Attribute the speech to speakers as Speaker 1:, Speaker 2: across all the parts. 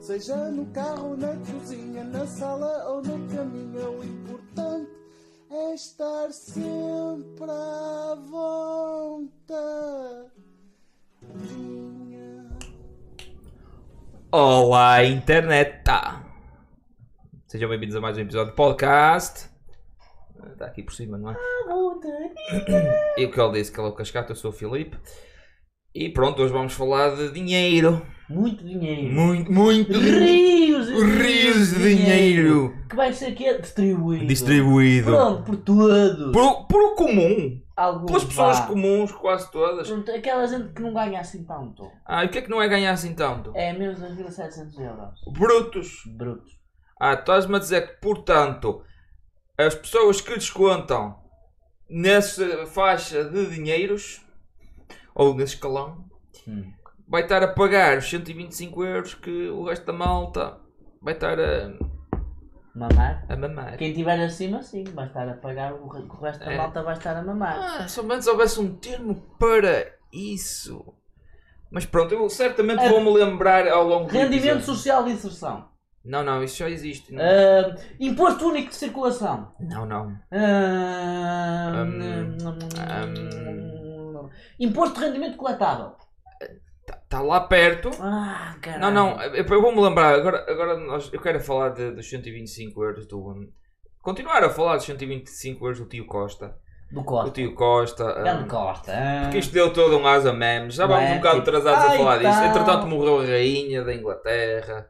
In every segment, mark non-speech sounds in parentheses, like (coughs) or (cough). Speaker 1: Seja no carro, na cozinha, na sala ou no caminho, é o importante é estar sempre à vontadinha.
Speaker 2: Olá, internet! Sejam bem-vindos a mais um episódio do podcast. Está aqui por cima, não é? E o que ele disse que ele é o Cascata, eu sou o Filipe. E pronto, hoje vamos falar de dinheiro.
Speaker 3: Muito dinheiro.
Speaker 2: Muito, muito dinheiro.
Speaker 3: Rios, e
Speaker 2: Rios de dinheiro
Speaker 3: Que vai ser aqui distribuído.
Speaker 2: distribuído.
Speaker 3: Pronto, por tudo.
Speaker 2: Por, por o comum,
Speaker 3: Alguns
Speaker 2: pelas pessoas
Speaker 3: vá.
Speaker 2: comuns, quase todas.
Speaker 3: Pronto, aquela gente que não ganha assim tanto.
Speaker 2: Ah, e o que é que não é ganhar assim tanto?
Speaker 3: É menos 2.700 euros.
Speaker 2: Brutos.
Speaker 3: Brutos.
Speaker 2: Ah, estás-me a dizer que, portanto, as pessoas que descontam nessa faixa de dinheiros, ou nesse escalão,
Speaker 3: Hum.
Speaker 2: vai estar a pagar os 125 euros que o resto da malta vai estar a,
Speaker 3: Mamar.
Speaker 2: a mamar.
Speaker 3: Quem tiver acima, sim, vai estar a pagar. O re- o resto da
Speaker 2: É.
Speaker 3: malta vai estar a mamar.
Speaker 2: Ah, somente se houvesse um termo para isso. Mas pronto, eu certamente
Speaker 3: Ah.
Speaker 2: vou-me lembrar ao longo do
Speaker 3: Rendimento
Speaker 2: episódio.
Speaker 3: social de inserção.
Speaker 2: Não, não, isso já existe. Não, é?
Speaker 3: Ah, imposto único de circulação.
Speaker 2: não. não.
Speaker 3: Ah,
Speaker 2: Hum,
Speaker 3: hum, Imposto de rendimento coletável.
Speaker 2: Está Tá, lá perto.
Speaker 3: Ah, caralho.
Speaker 2: Não, não, eu eu vou-me lembrar, agora, agora nós, eu quero falar de- dos 125 euros do. um, Continuar a falar dos 125 euros do tio Costa.
Speaker 3: Do
Speaker 2: O
Speaker 3: Costa.
Speaker 2: tio Costa.
Speaker 3: Grande ah.
Speaker 2: hum,
Speaker 3: Costa.
Speaker 2: Porque isto deu todo um asa memes. Já vamos
Speaker 3: Não é?
Speaker 2: um bocado
Speaker 3: Tipo,
Speaker 2: atrasados a
Speaker 3: ai,
Speaker 2: falar disso.
Speaker 3: tal.
Speaker 2: Entretanto, morreu a rainha da Inglaterra.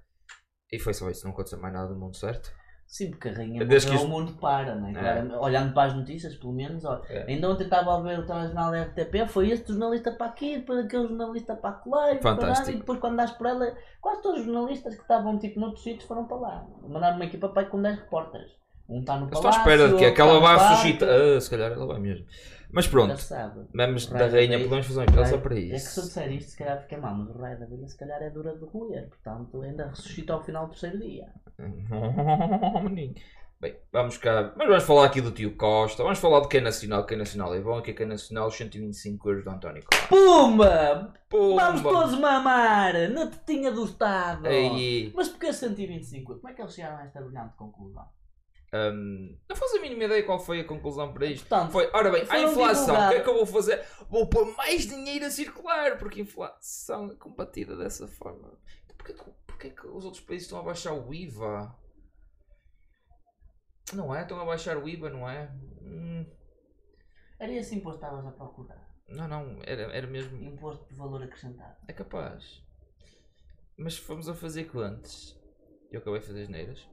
Speaker 2: E foi só isso, não aconteceu mais nada do mundo, certo?
Speaker 3: Sim, porque a rainha
Speaker 2: Desde
Speaker 3: morreu,
Speaker 2: que
Speaker 3: o mundo para, né?
Speaker 2: É.
Speaker 3: Agora, olhando para as notícias, pelo menos, olha.
Speaker 2: É.
Speaker 3: Ainda ontem estava a ver o telejornal da RTP, foi este jornalista para aqui, depois aquele jornalista para lá, e para lá,
Speaker 2: Fantástico.
Speaker 3: e depois quando andaste por ela, quase todos os jornalistas que estavam tipo noutros sítios foram para lá. Mandaram uma equipa para aí com 10 repórteres. Um está
Speaker 2: Eu
Speaker 3: no
Speaker 2: estou à
Speaker 3: palácio, um
Speaker 2: espera de que
Speaker 3: outro
Speaker 2: aquela
Speaker 3: está no
Speaker 2: vá
Speaker 3: parque,
Speaker 2: suscitar. Ah, se calhar ela vai mesmo. Mas
Speaker 3: já
Speaker 2: pronto,
Speaker 3: se sabe.
Speaker 2: memes da
Speaker 3: Raio da
Speaker 2: rainha,
Speaker 3: Rainha.
Speaker 2: podemos fazer um episódio só
Speaker 3: Raio-
Speaker 2: para
Speaker 3: É que se eu
Speaker 2: isso.
Speaker 3: disser isto, se calhar fica mal, mas o raio da vida se calhar é dura de roer, portanto ainda ressuscita ao final do terceiro dia.
Speaker 2: Oh, menino. Bem, vamos cá. Mas vamos falar aqui do tio Costa. Vamos falar de quem é nacional, quem é nacional é bom e quem é nacional, os 125 euros do António Costa.
Speaker 3: Pumba! Vamos
Speaker 2: Pumba!
Speaker 3: todos mamar na tetinha do Estado!
Speaker 2: Aí,
Speaker 3: Mas porquê 125? Como é que eles chegaram a esta brilhante conclusão?
Speaker 2: hum, não faço a mínima ideia qual foi a conclusão para isto.
Speaker 3: Portanto,
Speaker 2: Foi, ora bem, a
Speaker 3: Foram
Speaker 2: inflação, o que é
Speaker 3: divulgadas.
Speaker 2: que eu vou fazer? Vou pôr mais dinheiro a circular, porque a inflação é combatida dessa forma. Então, Porquê, que- porquê que os outros países estão a baixar o IVA? Não é? Estão a baixar o IVA, não é? Hum,
Speaker 3: era esse imposto que estavas a procurar.
Speaker 2: não, não, era, era mesmo.
Speaker 3: Imposto de valor acrescentado.
Speaker 2: É capaz. Mas fomos a fazer quantos? Eu acabei de fazer as neiras.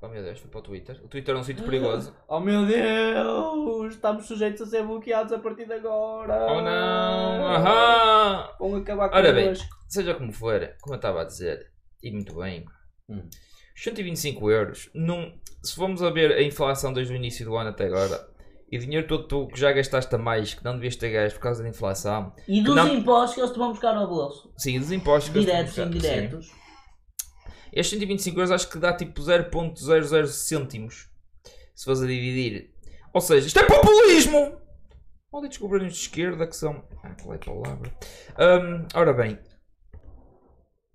Speaker 2: Oh meu Deus, foi para o Twitter. O Twitter é um sítio perigoso.
Speaker 3: Oh meu Deus! Estamos sujeitos a ser bloqueados a partir de agora!
Speaker 2: Oh não! Aham!
Speaker 3: Vão acabar
Speaker 2: Ora bem. Seja como for, como eu estava a dizer, e muito bem,
Speaker 3: Hum.
Speaker 2: os 125 euros, não, se formos a ver a inflação desde o início do ano até agora, e o dinheiro todo tu que já gastaste a mais, que não devias ter gasto por causa da inflação,
Speaker 3: E dos
Speaker 2: Não-
Speaker 3: impostos que eles te vão buscar ao bolso.
Speaker 2: sim, dos impostos que eles te
Speaker 3: Diretos e
Speaker 2: colocaram, sim.
Speaker 3: indiretos.
Speaker 2: Estes 125 euros acho que dá tipo 0.00 cêntimos, se fores a dividir. Ou seja, isto é populismo! Olha os governos de esquerda que são... Ah, qual é a palavra? Hum, ora bem...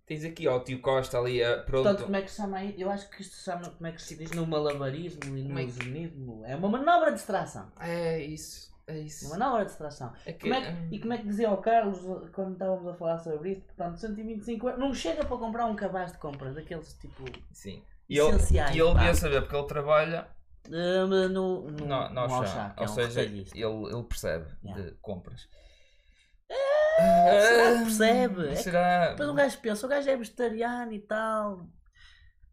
Speaker 2: Tens aqui ó, o tio Costa ali, ah, pronto.
Speaker 3: Portanto, como é que se chama aí? Eu acho que isto se chama, como é que se diz, no malabarismo e no
Speaker 2: Como é que-
Speaker 3: ilusionismo. É uma manobra de distração.
Speaker 2: É isso, é isso.
Speaker 3: Uma manobra de distração.
Speaker 2: É que,
Speaker 3: Como é que- e como é que dizia ao Carlos uh, quando estávamos a falar sobre isto? Portanto, 125 euros. Não chega para comprar um cabaz de compras, daqueles tipo.
Speaker 2: Sim. E ele,
Speaker 3: Essenciais,
Speaker 2: e ele
Speaker 3: pá.
Speaker 2: devia saber, porque ele trabalha
Speaker 3: eh, no, no,
Speaker 2: no, no
Speaker 3: no
Speaker 2: Auchan.
Speaker 3: Auchan, que é
Speaker 2: Ou
Speaker 3: um
Speaker 2: seja,
Speaker 3: retalhista.
Speaker 2: ele, ele percebe
Speaker 3: Yeah. Ah,
Speaker 2: de compras. Ah,
Speaker 3: será que percebe? É que
Speaker 2: Será?
Speaker 3: Depois um gajo pensa, o gajo é vegetariano e tal.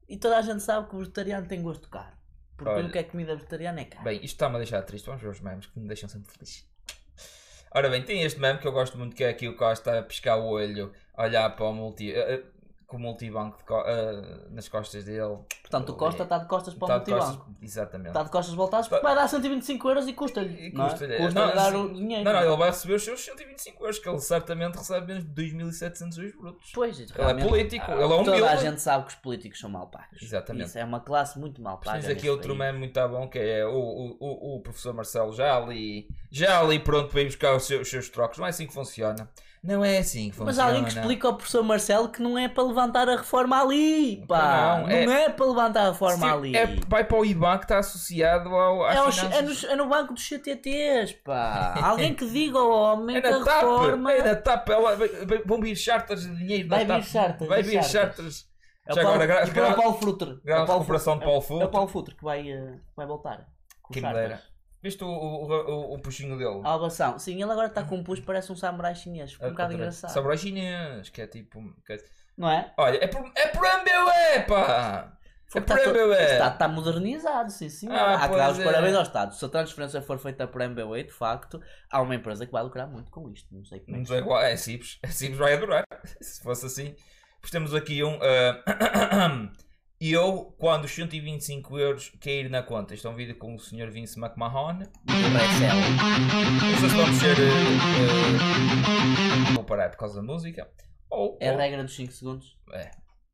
Speaker 3: E toda a gente sabe que o vegetariano tem gosto caro. Porque
Speaker 2: Olha.
Speaker 3: o que é comida vegetariana é caro.
Speaker 2: Bem, isto está-me a deixar triste. Vamos ver os memes que me deixam sempre feliz. Ora bem, tem este meme que eu gosto muito, que é aqui o Costa a piscar o olho, a olhar para o multi... eh, eh, com o multibanco de co- eh, nas costas dele.
Speaker 3: Portanto, o Costa está de costas
Speaker 2: Está
Speaker 3: para o
Speaker 2: tá de
Speaker 3: multibanco.
Speaker 2: costas- Exatamente.
Speaker 3: Está de costas voltadas porque vai dar 125 euros e custa-lhe.
Speaker 2: E
Speaker 3: não é?
Speaker 2: custa-lhe.
Speaker 3: Custa-lhe
Speaker 2: Não,
Speaker 3: dar
Speaker 2: sim.
Speaker 3: o dinheiro.
Speaker 2: Não, não, ele vai receber os seus 125 euros, que ele certamente recebe menos de 2.700 euros brutos.
Speaker 3: Pois,
Speaker 2: Ele é
Speaker 3: realmente, ah,
Speaker 2: político, ele é
Speaker 3: Toda a
Speaker 2: humilde.
Speaker 3: gente sabe que os políticos são mal pagos.
Speaker 2: Exatamente.
Speaker 3: Isso é uma classe muito mal
Speaker 2: Mas
Speaker 3: paga.
Speaker 2: Tens aqui
Speaker 3: neste
Speaker 2: outro
Speaker 3: país.
Speaker 2: meme muito tá bom que é o, o, o, o professor Marcelo já ali, já ali pronto para ir buscar os seus, os seus trocos. Não é assim que funciona. Não é assim que
Speaker 3: Mas
Speaker 2: funciona.
Speaker 3: alguém que explica ao professor Marcelo que não é para levantar a reforma ali, pá.
Speaker 2: Não,
Speaker 3: Não,
Speaker 2: é-
Speaker 3: é... para levantar a
Speaker 2: não.
Speaker 3: reforma ali.
Speaker 2: Se- É, vai para o IBAN que está associado ao. às
Speaker 3: É, aos-
Speaker 2: finanças.
Speaker 3: é nos- é no banco dos CTTs,
Speaker 2: (laughs)
Speaker 3: pá. Alguém que diga ao homem
Speaker 2: É
Speaker 3: que
Speaker 2: na
Speaker 3: a
Speaker 2: TAP,
Speaker 3: reforma.
Speaker 2: é na TAP, ela vai- vai- vão vir charters de dinheiro da
Speaker 3: (laughs) Vai vir
Speaker 2: TAP.
Speaker 3: charters,
Speaker 2: vai
Speaker 3: vir
Speaker 2: vir charters.
Speaker 3: charters. É o
Speaker 2: Já agora, gra-
Speaker 3: Paulo, e é
Speaker 2: gra-
Speaker 3: o Paulo Futre.
Speaker 2: grande
Speaker 3: É o Paulo
Speaker 2: recuperação
Speaker 3: Futre.
Speaker 2: de Paulo
Speaker 3: É- É
Speaker 2: Futre.
Speaker 3: o Paulo Futre que vai, eh, vai voltar. com
Speaker 2: Quem me
Speaker 3: charters.
Speaker 2: dera. Viste o, o, o, o puxinho dele?
Speaker 3: Albação. Sim, ele agora está com um pus, parece um samurai chinês.
Speaker 2: É
Speaker 3: Ficou um bocado engraçado.
Speaker 2: Samurai chinês, que é tipo. que é-
Speaker 3: Não é?
Speaker 2: Olha, é por, é por MBUE, pá! É por
Speaker 3: está,
Speaker 2: MBUE!
Speaker 3: tá está, está modernizado, sim senhor.
Speaker 2: Ah,
Speaker 3: há que dar
Speaker 2: pois
Speaker 3: os
Speaker 2: é.
Speaker 3: parabéns ao Estado. Se a transferência for feita por MBWay, de facto, há uma empresa que vai lucrar muito com isto. Não sei como é
Speaker 2: Não
Speaker 3: que
Speaker 2: sei qual, é (laughs) simples, é simples, vai adorar. Se fosse assim, pois temos aqui um. ah, (coughs) eu, quando os 125 euros cair na conta, isto é um vídeo com o Sr. Vince McMahon.
Speaker 3: o Marcelo.
Speaker 2: Não sei se vamos ser. eh, eh, vou parar por causa da música. Ou.
Speaker 3: É a
Speaker 2: ou-
Speaker 3: regra dos 5 segundos.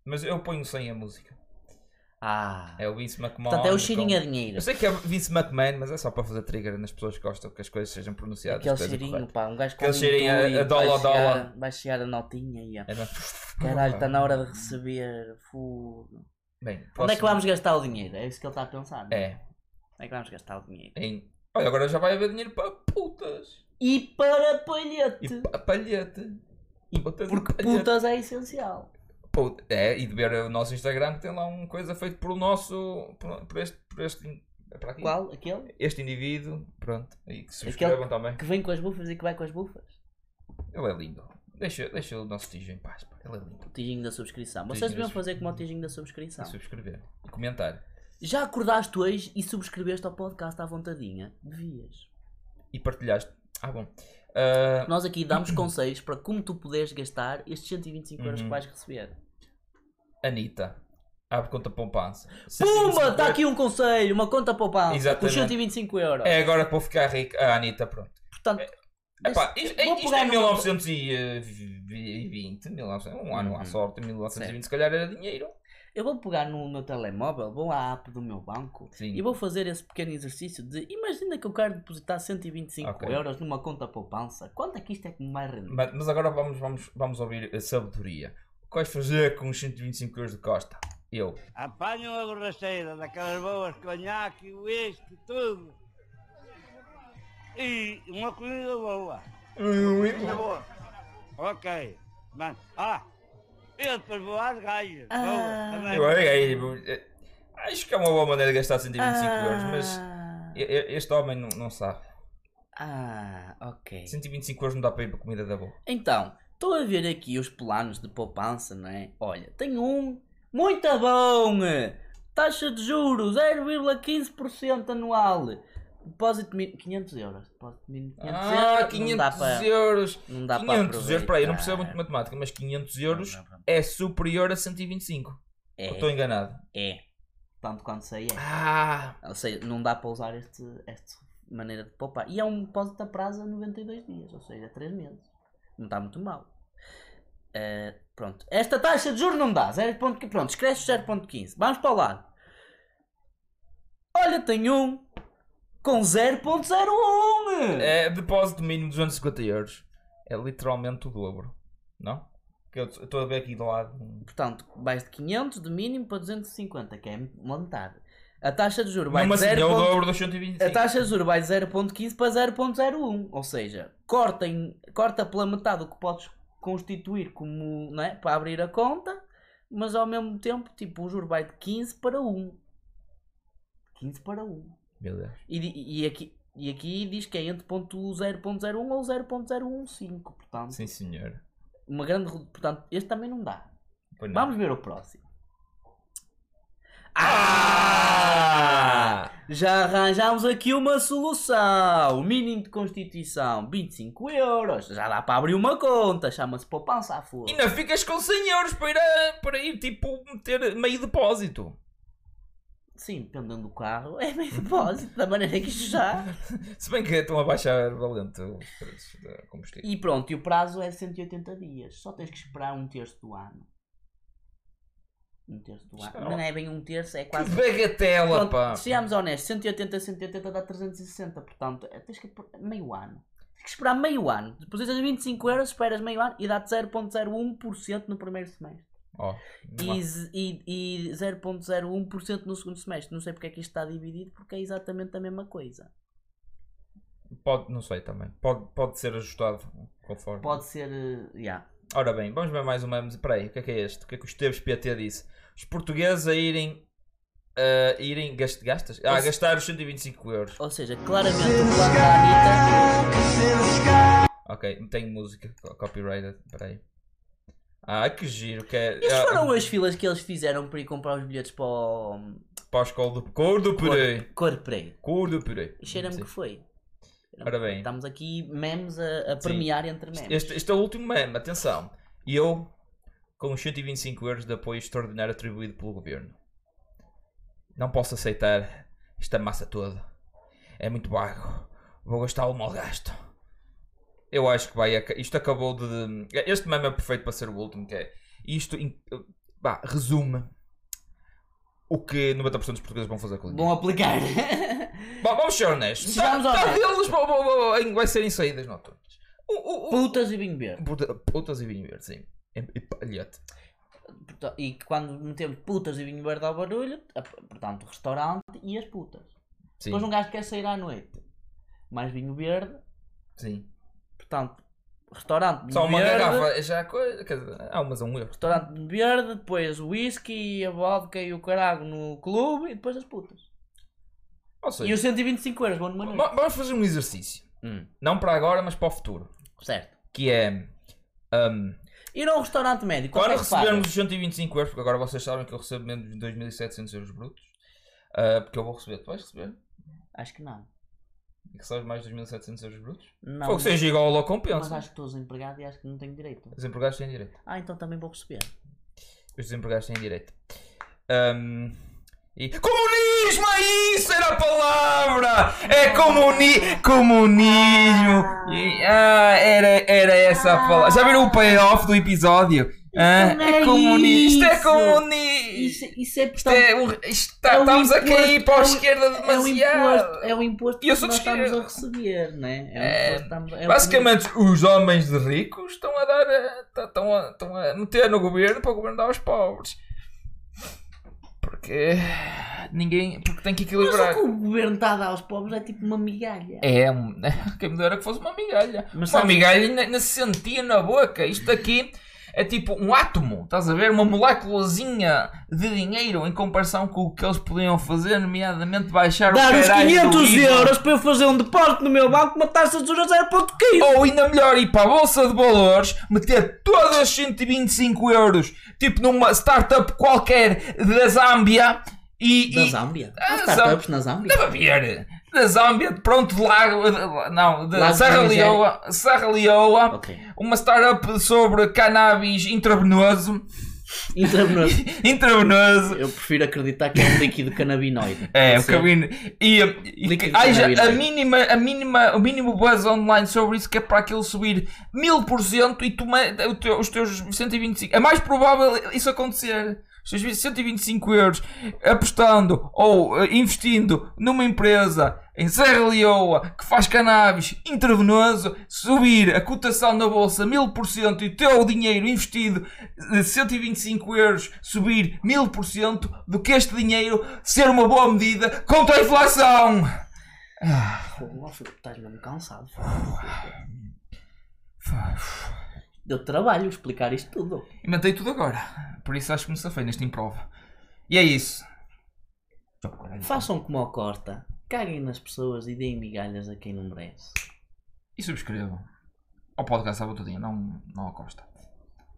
Speaker 2: mas eu ponho sem a música.
Speaker 3: Ah.
Speaker 2: É o Vince McMahon.
Speaker 3: Portanto, é o
Speaker 2: com-
Speaker 3: cheirinho a dinheiro.
Speaker 2: Eu sei que é Vince McMahon, mas é só para fazer trigger nas pessoas que gostam que as coisas sejam pronunciadas.
Speaker 3: Aquele
Speaker 2: coisa
Speaker 3: cheirinho,
Speaker 2: correta.
Speaker 3: pá. Um gajo com
Speaker 2: Aquele é cheirinho a- a dólar,
Speaker 3: vai chegar-
Speaker 2: dólar.
Speaker 3: Vai chegar a notinha e a...
Speaker 2: É, não-
Speaker 3: Caralho, está na hora de receber. Fogo.
Speaker 2: Bem,
Speaker 3: Onde é que
Speaker 2: próximo-
Speaker 3: vamos gastar o dinheiro? É isso que ele está a pensar. não é?
Speaker 2: É.
Speaker 3: Onde é que vamos gastar o dinheiro?
Speaker 2: em- Olha, agora já vai haver dinheiro para putas.
Speaker 3: E para palhete.
Speaker 2: E pa- palhete. E putas
Speaker 3: Porque putas é essencial.
Speaker 2: Puta. É, e de ver o nosso Instagram que tem lá uma coisa feita por o nosso. Por, por este. Por este in- é para aqui.
Speaker 3: Qual? Aquele?
Speaker 2: Este indivíduo. Pronto. E que subscrevam também.
Speaker 3: Que vem com as bufas e que vai com as bufas.
Speaker 2: Ele é lindo. Deixa, deixa o nosso Tijo em paz. pá. Ele é lindo.
Speaker 3: O tijinho da subscrição.
Speaker 2: Tijinho
Speaker 3: Vocês
Speaker 2: da
Speaker 3: deviam
Speaker 2: subscrição.
Speaker 3: fazer como o tijinho da
Speaker 2: E
Speaker 3: subscrição.
Speaker 2: subscrever. E comentar.
Speaker 3: Já acordaste hoje e subscreveste ao podcast à vontadinha? Devias.
Speaker 2: E partilhaste. Ah, bom. Ah,
Speaker 3: Nós
Speaker 2: (clears throat)
Speaker 3: aqui damos conselhos para como tu podes gastar estes 125 euros
Speaker 2: Uhum.
Speaker 3: que vais receber.
Speaker 2: Anitta. Abre conta poupança.
Speaker 3: Pumba!
Speaker 2: 125
Speaker 3: Está aqui um conselho, uma conta poupança com
Speaker 2: Exatamente.
Speaker 3: 125 euros.
Speaker 2: É agora que vou ficar rico. Ah, Anitta, pronto.
Speaker 3: Portanto,
Speaker 2: Epá,
Speaker 3: deixa-
Speaker 2: isto, é-
Speaker 3: vou
Speaker 2: isto
Speaker 3: pegar
Speaker 2: é
Speaker 3: numa-
Speaker 2: 1920, 1900, um ano à
Speaker 3: Uhum.
Speaker 2: sorte, 1920 se calhar era dinheiro.
Speaker 3: Eu vou pegar no meu telemóvel, vou à app do meu banco
Speaker 2: Sim.
Speaker 3: e vou fazer esse pequeno exercício de imagina que eu quero depositar 125
Speaker 2: Ok.
Speaker 3: euros numa conta poupança. Quanto é que isto é que me vai render?
Speaker 2: Mas, mas agora vamos, vamos, vamos ouvir a sabedoria. O que vais fazer com os 125 euros de Costa? Eu.
Speaker 4: Apanho uma borracheira daquelas boas, conhaque, uísque, tudo. E uma comida boa. Comida boa. Ok. Mas, ah, eu depois vou às galhas.
Speaker 3: Ah.
Speaker 4: Boa. Também.
Speaker 2: Eu olhei aí, tipo, eh, acho que é uma boa maneira de gastar 125 euros, mas
Speaker 3: ah,
Speaker 2: e- e- este homem não, não sabe.
Speaker 3: ah, ok.
Speaker 2: 125 euros não dá para ir para comida da boa.
Speaker 3: Então, estou a ver aqui os planos de poupança, não é? Olha, tem um muito bom! Taxa de juros 0,15% anual. Depósito mínimo 500 euros. Depósito mínimo 500
Speaker 2: Ah,
Speaker 3: euros. não dá
Speaker 2: 500
Speaker 3: para,
Speaker 2: euros.
Speaker 3: Não dá para
Speaker 2: 500 euros, para aí, não percebo muito de
Speaker 3: aproveitar.
Speaker 2: matemática, mas 500 euros
Speaker 3: Não, não, não.
Speaker 2: é superior a 125. Ou Estou enganado.
Speaker 3: É, é. Tanto quanto sei é.
Speaker 2: Ah,
Speaker 3: Ou seja, não dá para usar este, esta maneira de poupar. E é um depósito a prazo a 92 dias, ou seja, 3 meses. Não está muito mal. Eh, pronto. Esta taxa de juros não dá. 0. ponto- Pronto, escreve 0.15. Vamos para o lado. Olha, tem um com 0.01.
Speaker 2: é depósito mínimo de 250 euros. É literalmente o dobro. Não? Que eu estou a ver aqui do lado.
Speaker 3: Portanto, vais de 500 de mínimo para 250, que é uma metade. A taxa de juros vai
Speaker 2: Não,
Speaker 3: de
Speaker 2: mas assim, é
Speaker 3: 0.
Speaker 2: o
Speaker 3: ponto- É, tá-
Speaker 2: dobro dos
Speaker 3: A
Speaker 2: 125.
Speaker 3: taxa de juros vai de 0.15 para 0.01, ou seja, corta, em- corta pela metade o que podes constituir como, não é, para abrir a conta, mas ao mesmo tempo, tipo, o juro vai de 15 para 1. 15 para 1.
Speaker 2: Meu Deus.
Speaker 3: E, di- e aqui, e aqui diz que é entre ponto 0.01 ou 0.015, portanto,
Speaker 2: Sim, senhor.
Speaker 3: uma grande, redu- portanto, este também não dá.
Speaker 2: Pois não.
Speaker 3: Vamos ver o próximo.
Speaker 2: Ah!
Speaker 3: Já arranjámos aqui uma solução. O mínimo de constituição, 25 euros. Já dá para abrir uma conta. Chama-se poupança à
Speaker 2: E
Speaker 3: força.
Speaker 2: ainda ficas com 100 euros para ir, a- para ir tipo, meter meio depósito.
Speaker 3: Sim, dependendo do carro. É
Speaker 2: Uhum.
Speaker 3: bem depósito, da maneira que isto já.
Speaker 2: Se bem que é estão a baixar valente os preços da combustível.
Speaker 3: E pronto, e o prazo é 180 dias. Só tens que esperar um terço do ano. Um terço do ano.
Speaker 2: Espera lá.
Speaker 3: Não é bem um terço, é
Speaker 2: Que
Speaker 3: quase.
Speaker 2: bagatela, pá!
Speaker 3: Pronto, sejamos honestos, 180, 180 dá 360, portanto, é, tens que. pôr Meio ano. Tens que esperar meio ano. Depositas 25 euros, esperas meio ano e dá-te 0.01% no primeiro semestre.
Speaker 2: Ó.
Speaker 3: E, z- e, e 0.01% no segundo semestre. Não sei porque é que isto está dividido, porque é exatamente a mesma coisa.
Speaker 2: Pode, não sei também. Pode, pode ser ajustado conforme.
Speaker 3: Pode ser. eh, yeah.
Speaker 2: Ora bem, vamos ver mais um meme. Espera aí, o que é que é este? O que é que o Esteves PT disse? Os portugueses a irem. A irem gast, gastas? Ah, gastar os 125 euros.
Speaker 3: Ou seja, claramente o plano da Anitta.
Speaker 2: Ok, não tenho música co- copyrighted. Espera aí. Ah, que giro que é.
Speaker 3: Estas
Speaker 2: ah,
Speaker 3: foram as filas que eles fizeram para ir comprar os bilhetes para o.
Speaker 2: Para a escola do. Cor do purê!
Speaker 3: Cor Pereira.
Speaker 2: Cor do purê!
Speaker 3: E cheira-me que foi.
Speaker 2: Ora bem.
Speaker 3: Estamos aqui memes a, a premiar entre memes.
Speaker 2: Este, este é o último meme, atenção. E eu, com os 125 euros de apoio extraordinário atribuído pelo governo, não posso aceitar esta massa toda. É muito vago. Vou gastá-lo mal gasto. Eu acho que vai. aca- Isto acabou de. Este meme é perfeito para ser o último, que é. Isto em- vá, resume o que 90% dos portugueses vão fazer com o dinheiro. (laughs)
Speaker 3: Bom aplicar.
Speaker 2: Bom, vamos ser honestos. Tá,
Speaker 3: Chegamos ao
Speaker 2: Metade
Speaker 3: teto.
Speaker 2: deles vão- vão- vão- vai ser em saídas noturnas. O- o- o-
Speaker 3: Putas e vinho verde.
Speaker 2: Puta- Putas e vinho verde, sim. E, e palhote.
Speaker 3: Porta- E quando metemos putas e vinho verde ao barulho, a- portanto, restaurante e as putas.
Speaker 2: Sim,
Speaker 3: Depois um gajo quer sair à noite. Mais vinho verde,
Speaker 2: sim.
Speaker 3: portanto, restaurante, vinho
Speaker 2: Só uma
Speaker 3: verde,
Speaker 2: garrafa é já coisa. Quer dizer, há umas a um euro.
Speaker 3: restaurante vinho verde, depois whisky, a vodka e o carago no clube e depois as putas.
Speaker 2: Ou seja,
Speaker 3: E os 125 euros vão numa noite.
Speaker 2: va- vamos fazer um exercício.
Speaker 3: Hum,
Speaker 2: Não para agora, mas para o futuro.
Speaker 3: certo.
Speaker 2: Que é. ahm,
Speaker 3: Ir a um restaurante médio, quanto
Speaker 2: quando
Speaker 3: é que pagas?
Speaker 2: recebermos os 125 euros, porque agora vocês sabem que eu recebo menos de 2.700 euros brutos. ah, porque eu vou receber. Tu vais receber?
Speaker 3: Acho que não.
Speaker 2: E recebes mais de 2.700 euros brutos?
Speaker 3: Não,
Speaker 2: Fogo, seja igual ao
Speaker 3: mas
Speaker 2: compensa.
Speaker 3: acho que estou desempregado e acho que não tenho direito.
Speaker 2: Os empregados têm direito.
Speaker 3: Ah, então também vou receber.
Speaker 2: Os desempregados têm direito. Ahm, e... Comunismo, é isso era a palavra! É comuni... comunismo! E- ah, era, era essa a palavra. Já viram o payoff do episódio? Ah,
Speaker 3: não
Speaker 2: é
Speaker 3: é
Speaker 2: comunista, é
Speaker 3: isso. Isso,
Speaker 2: comunismo!
Speaker 3: isso é
Speaker 2: Isto
Speaker 3: portanto.
Speaker 2: é um- isto tá-
Speaker 3: é um
Speaker 2: estamos a
Speaker 3: imposto,
Speaker 2: cair para a
Speaker 3: é um-
Speaker 2: esquerda
Speaker 3: É um imposto,
Speaker 2: demasiado!
Speaker 3: é um imposto
Speaker 2: E eu
Speaker 3: que
Speaker 2: sou
Speaker 3: nós
Speaker 2: de esquerda.
Speaker 3: estamos a receber, né?
Speaker 2: É,
Speaker 3: É um imposto que estamos, é o
Speaker 2: Basicamente, os homens de ricos estão a dar. a- tá- estão a, estão a meter no governo para o governo dar aos pobres. Porque. ninguém. porque tem que
Speaker 3: que- Mas o
Speaker 2: equilibrar.
Speaker 3: que o governo está a dar aos pobres é tipo uma migalha.
Speaker 2: É, um- (laughs) quem me dera que fosse uma migalha.
Speaker 3: Mas
Speaker 2: uma
Speaker 3: sabes-
Speaker 2: migalha ainda ainda se sentia na boca. Isto aqui é tipo um átomo, estás a ver? Uma moléculazinha de dinheiro em comparação com o que eles podiam fazer, nomeadamente baixar
Speaker 3: Dar
Speaker 2: o
Speaker 3: os
Speaker 2: caralho do
Speaker 3: 500
Speaker 2: IVA.
Speaker 3: euros para eu fazer um depósito no meu banco, uma taxa de juros a 0.15.
Speaker 2: Ou ainda melhor, ir para a Bolsa de Valores, meter todas as 125 euros, tipo numa startup qualquer da Zâmbia e.
Speaker 3: Da
Speaker 2: e-
Speaker 3: Zâmbia?
Speaker 2: Ah,
Speaker 3: Há startups na Zâmbia?
Speaker 2: Deve haver! Da Zâmbia, pronto, de Lago. de- Não, de
Speaker 3: Lago
Speaker 2: Serra
Speaker 3: da Nigéria.
Speaker 2: Leoa. Serra Leoa.
Speaker 3: Ok.
Speaker 2: Uma startup sobre cannabis intravenoso. (laughs)
Speaker 3: Intravenoso.
Speaker 2: Intravenoso.
Speaker 3: Eu prefiro acreditar que é um líquido canabinoide.
Speaker 2: É, o
Speaker 3: Pode ser?
Speaker 2: caminho. E, e que
Speaker 3: Líquido
Speaker 2: haja a
Speaker 3: canabinoide.
Speaker 2: mínima, a mínima, o mínimo buzz online sobre isso que é para aquilo subir 1000% e tu, me- o teu- os teus 125. É mais provável isso acontecer. Os teus 125 euros apostando ou eh, investindo numa empresa em Serra Leoa que faz cannabis intravenoso, subir a cotação na bolsa 1000% e o teu dinheiro investido eh, de 125 euros subir 1000% do que este dinheiro ser uma boa medida contra a inflação. Ah,
Speaker 3: Pô, Alfredo, estás mesmo cansado. Deu trabalho explicar isto tudo.
Speaker 2: Inventei tudo agora. Por isso acho que me safei neste improv. E é isso.
Speaker 3: Façam como ao Corta. Caguem nas pessoas e deem migalhas a quem não merece.
Speaker 2: E subscrevam ao podcast Sábado Todinho, não, não a Costa.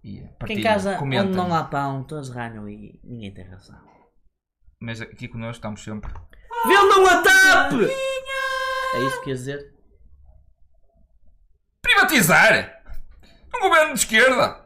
Speaker 2: E eh,
Speaker 3: Porque
Speaker 2: partilhem,
Speaker 3: em casa,
Speaker 2: comentem.
Speaker 3: onde não há pão, todos ralham e ninguém tem razão.
Speaker 2: Mas aqui connosco estamos sempre.
Speaker 3: Vendam a TAP! É isso que quer dizer?
Speaker 2: Privatizar! Um governo de esquerda!